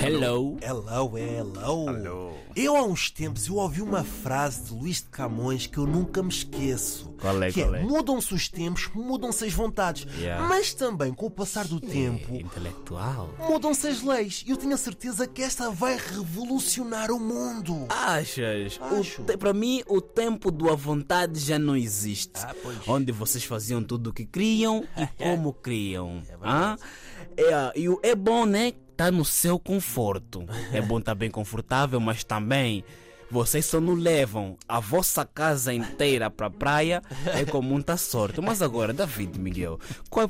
Hello. Hello, hello. Hello. Eu há uns tempos eu ouvi uma frase de Luís de Camões que eu nunca me esqueço. Qual é, que qual é, é? mudam-se os tempos, mudam-se as vontades. Yeah. Mas também, com o passar do É, tempo, intelectual. mudam-se as leis. E eu tenho a certeza que esta vai revolucionar o mundo. Achas? Acho. Para mim, o tempo do à vontade já não existe. Ah, pois. É. Onde vocês faziam tudo o que queriam e como queriam. ah? É, e o- é bom, né? Tá no seu conforto. É bom estar bem confortável, mas também. Vocês só não levam a vossa casa inteira para a praia, é com muita sorte. Mas agora, David Miguel,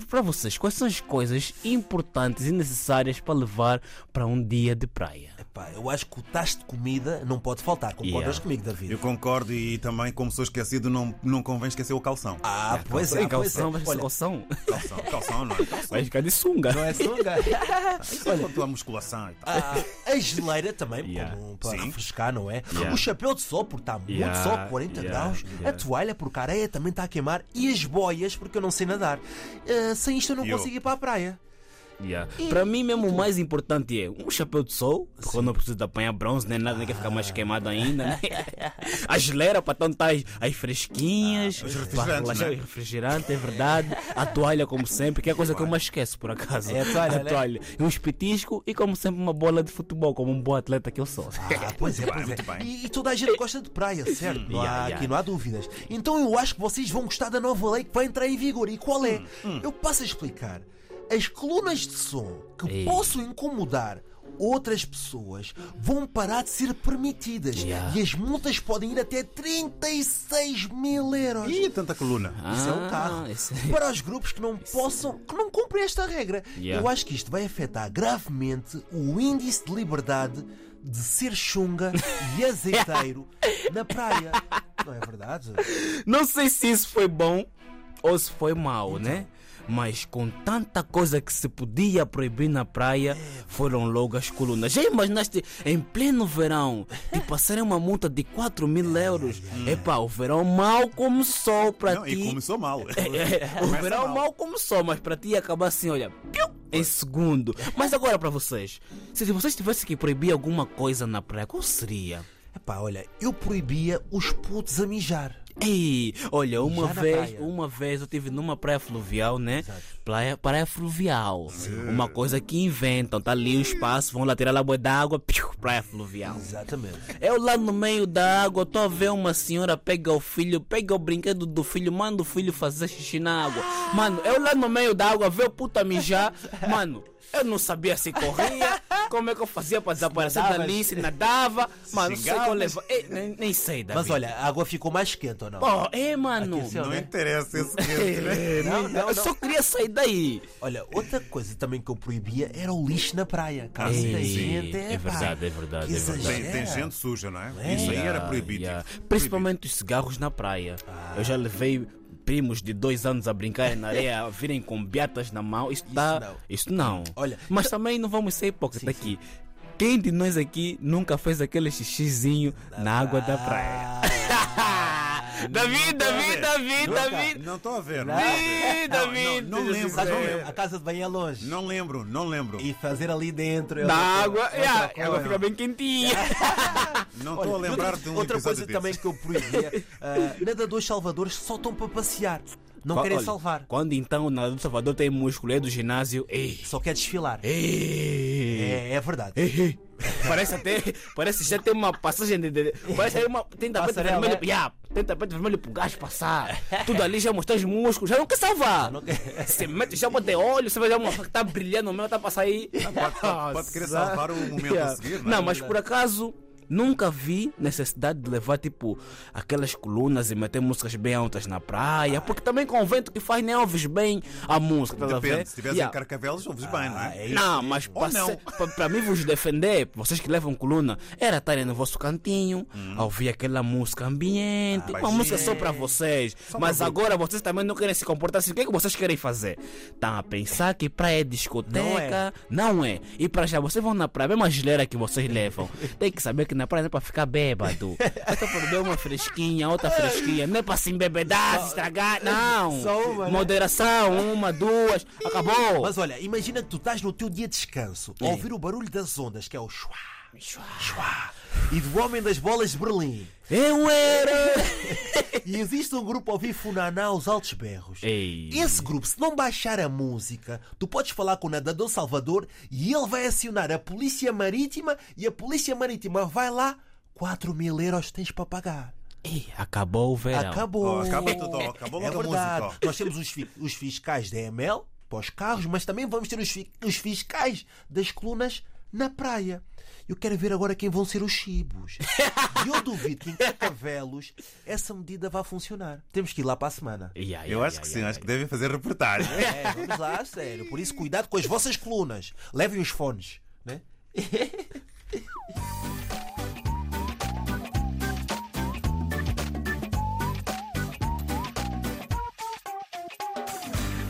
para vocês, quais são as coisas importantes e necessárias para levar para um dia de praia? Epá, eu acho que o tacho de comida não pode faltar. Concordas Yeah. comigo, David? Eu concordo e também, como sou esquecido, não, não convém esquecer o calção. Ah, pois Calção, é, pois é. calção, mas Olha, calção. Calção, calção, não é? Calção. Vai ficar de sunga. Não é sunga. Isso é para a tua musculação e tal. Ah, a geleira também, Yeah. como para Sim. refrescar, não é? Yeah. O chapéu de sol, porque está muito Yeah, sol, 40 yeah, graus. yeah. A toalha, porque a areia também está a queimar. E as boias, porque eu não sei nadar. Ah, sem isto eu não Eu. consigo ir para a praia. Para mim mesmo o mais importante é um chapéu de sol, porque eu não preciso de apanhar bronze nem nada, nem quer ficar mais queimado ainda. Né? A geleira para tanto as, as fresquinhas, Ah, os refrigerantes, para relaxar, né? os refrigerantes, é verdade. A toalha, como sempre, que é a coisa que eu mais esqueço, por acaso. É a toalha, né? E um espetisco e, como sempre, uma bola de futebol, como um bom atleta que eu sou. Ah, pois é, pois Muito bem, é. muito bem. E, e toda a gente gosta de praia, certo? Não há, Yeah, yeah. Aqui não há dúvidas. Então eu acho que vocês vão gostar da nova lei que vai entrar em vigor. E qual é? Eu passo a explicar. As colunas de som que Ei. possam incomodar outras pessoas vão parar de ser permitidas. Yeah. E as multas podem ir até 36 mil euros. Ih, tanta coluna. Isso é um Ah, carro. isso- Para os grupos que não possam, que não cumprem esta regra. Yeah. Eu acho que isto vai afetar gravemente o índice de liberdade de ser chunga e azeiteiro na praia. Não é verdade? Não sei se isso foi bom ou se foi mau, né? Mas com tanta coisa que se podia proibir na praia, foram logo as colunas. Já imaginaste em pleno verão Tipo, e passarem é uma multa de 4 mil euros? Epá, o verão mal começou para É. Não, ti. e começou mal. é, O Começa verão mal. mal começou, mas para ti ia acabar assim, olha, piu, em segundo. Mas agora para vocês, se vocês tivessem que proibir alguma coisa na praia, qual seria? Epá, olha, eu proibia os putos a mijar. Ei, olha, uma na vez, praia. uma vez eu estive numa praia fluvial, né? Exato. Praia, praia fluvial. Uma coisa que inventam, tá ali o espaço, vão lá tirar a boia d'água, piu, praia fluvial. Exatamente. Eu lá no meio da água, tô a ver uma senhora pega o filho, pega o brinquedo do filho, manda o filho fazer xixi na água. Mano, eu lá no meio da água, ver o puta mijar, mano, eu não sabia se corria, como é que eu fazia pra desaparecer nadavas. dali, se nadava, mano, não sei o que eu xingavas. levava. Ei, nem, nem sei, David. Mas olha, a água ficou mais quente ou não? Pô, é, mano. Aqueceu, Não né? interessa esse É, quente, né? não, eu só queria sair daí. Olha, outra coisa também que eu proibia era o lixo na praia. Caso Ei, da gente, é epá, verdade, é verdade, é que verdade. Tem, exagero. tem gente suja, não é? Isso aí era proibido. Yeah. Principalmente os cigarros na praia. Eu já levei primos de dois anos a brincarem na areia, a virem com beatas na mão. Isso, dá- não. Isso não. Olha, Mas também não vamos ser hipócritas aqui. Quem de nós aqui nunca fez aquele xixizinho na água da praia? David, David, David, Nunca. David. Não estou a ver, não. estou a ver. Vida, Não, não, vida. não lembro, Sabes não onde? lembro. a casa de banho é longe. Não lembro, não lembro. E fazer ali dentro. é Da outra- água, é outra yeah, coisa. ela fica bem quentinha. Não Olha, estou a lembrar outra- de um Outra coisa episódio também desses. que eu proibia: ah, nadadores salvadores só estão para passear, não querem Olha, salvar, Quando então o nadador de Salvador tem músculo, é do ginásio. Ei, só quer desfilar. ei. É, é verdade. Ei, ei. Parece até. Parece já tem uma passagem de. de- parece aí uma. Tem tapete Passarela, vermelho. né? Yeah, tem tapete vermelho pro gajo passar. Tudo ali já mostrou os músculos. Já não quer salvar. Você mete, já bota óleo, você vai dar uma. Tá brilhando, o meu tá passar aí. Pode, pode- pode querer salvar o momento Yeah. a seguir, não é? Não, mas por acaso. Nunca vi necessidade de levar, tipo, aquelas colunas e meter músicas bem altas na Ah, praia, porque é. também com o vento que faz nem ouves bem a música, tá a ver? Depende, se tiveres Yeah. Ah, em carcavelos, ouves bem, não é? Não, mas Ou não. para mim vos defender, vocês que levam coluna, era estarem no vosso cantinho, a ouvir aquela música ambiente, uma baixinho. música só para vocês. mas agora vocês também não querem se comportar assim. O que é que vocês querem fazer? Estão a pensar que praia é discoteca? Não é. E para já, vocês vão na praia, mesmo a geleira que vocês levam. Tem que saber que que na praia não é para ficar bêbado. É só para beber uma fresquinha, outra fresquinha. Não é para se embebedar, se estragar. Não. Só uma, né? Moderação, uma, duas. Acabou. Mas olha, imagina que tu estás no teu dia de descanso, a ouvir o barulho das ondas, que é o chua, chua, e do homem das bolas de Berlim. Eu era. E existe um grupo a ouvir Funaná aos altos berros. Ei. Esse grupo, se não baixar a música, tu podes falar com o nadador Salvador e ele vai acionar a Polícia Marítima e a Polícia Marítima vai lá, 4 mil euros tens para pagar. Ei, acabou o verão. Acabou. Oh, acabou tudo, oh, acabou é logo a verdade. música, oh. Nós temos os, fi- os fiscais da ML para os carros, mas também vamos ter os, fi- os fiscais das colunas na praia. Eu quero ver agora quem vão ser os chibos. E eu duvido que em Cacavelos essa medida vá funcionar. Temos que ir lá para a semana. Yeah, yeah, Eu acho yeah, que yeah, sim, acho que devem fazer reportagem. É, vamos lá, a sério. Por isso, cuidado com as vossas colunas. Levem os fones, né?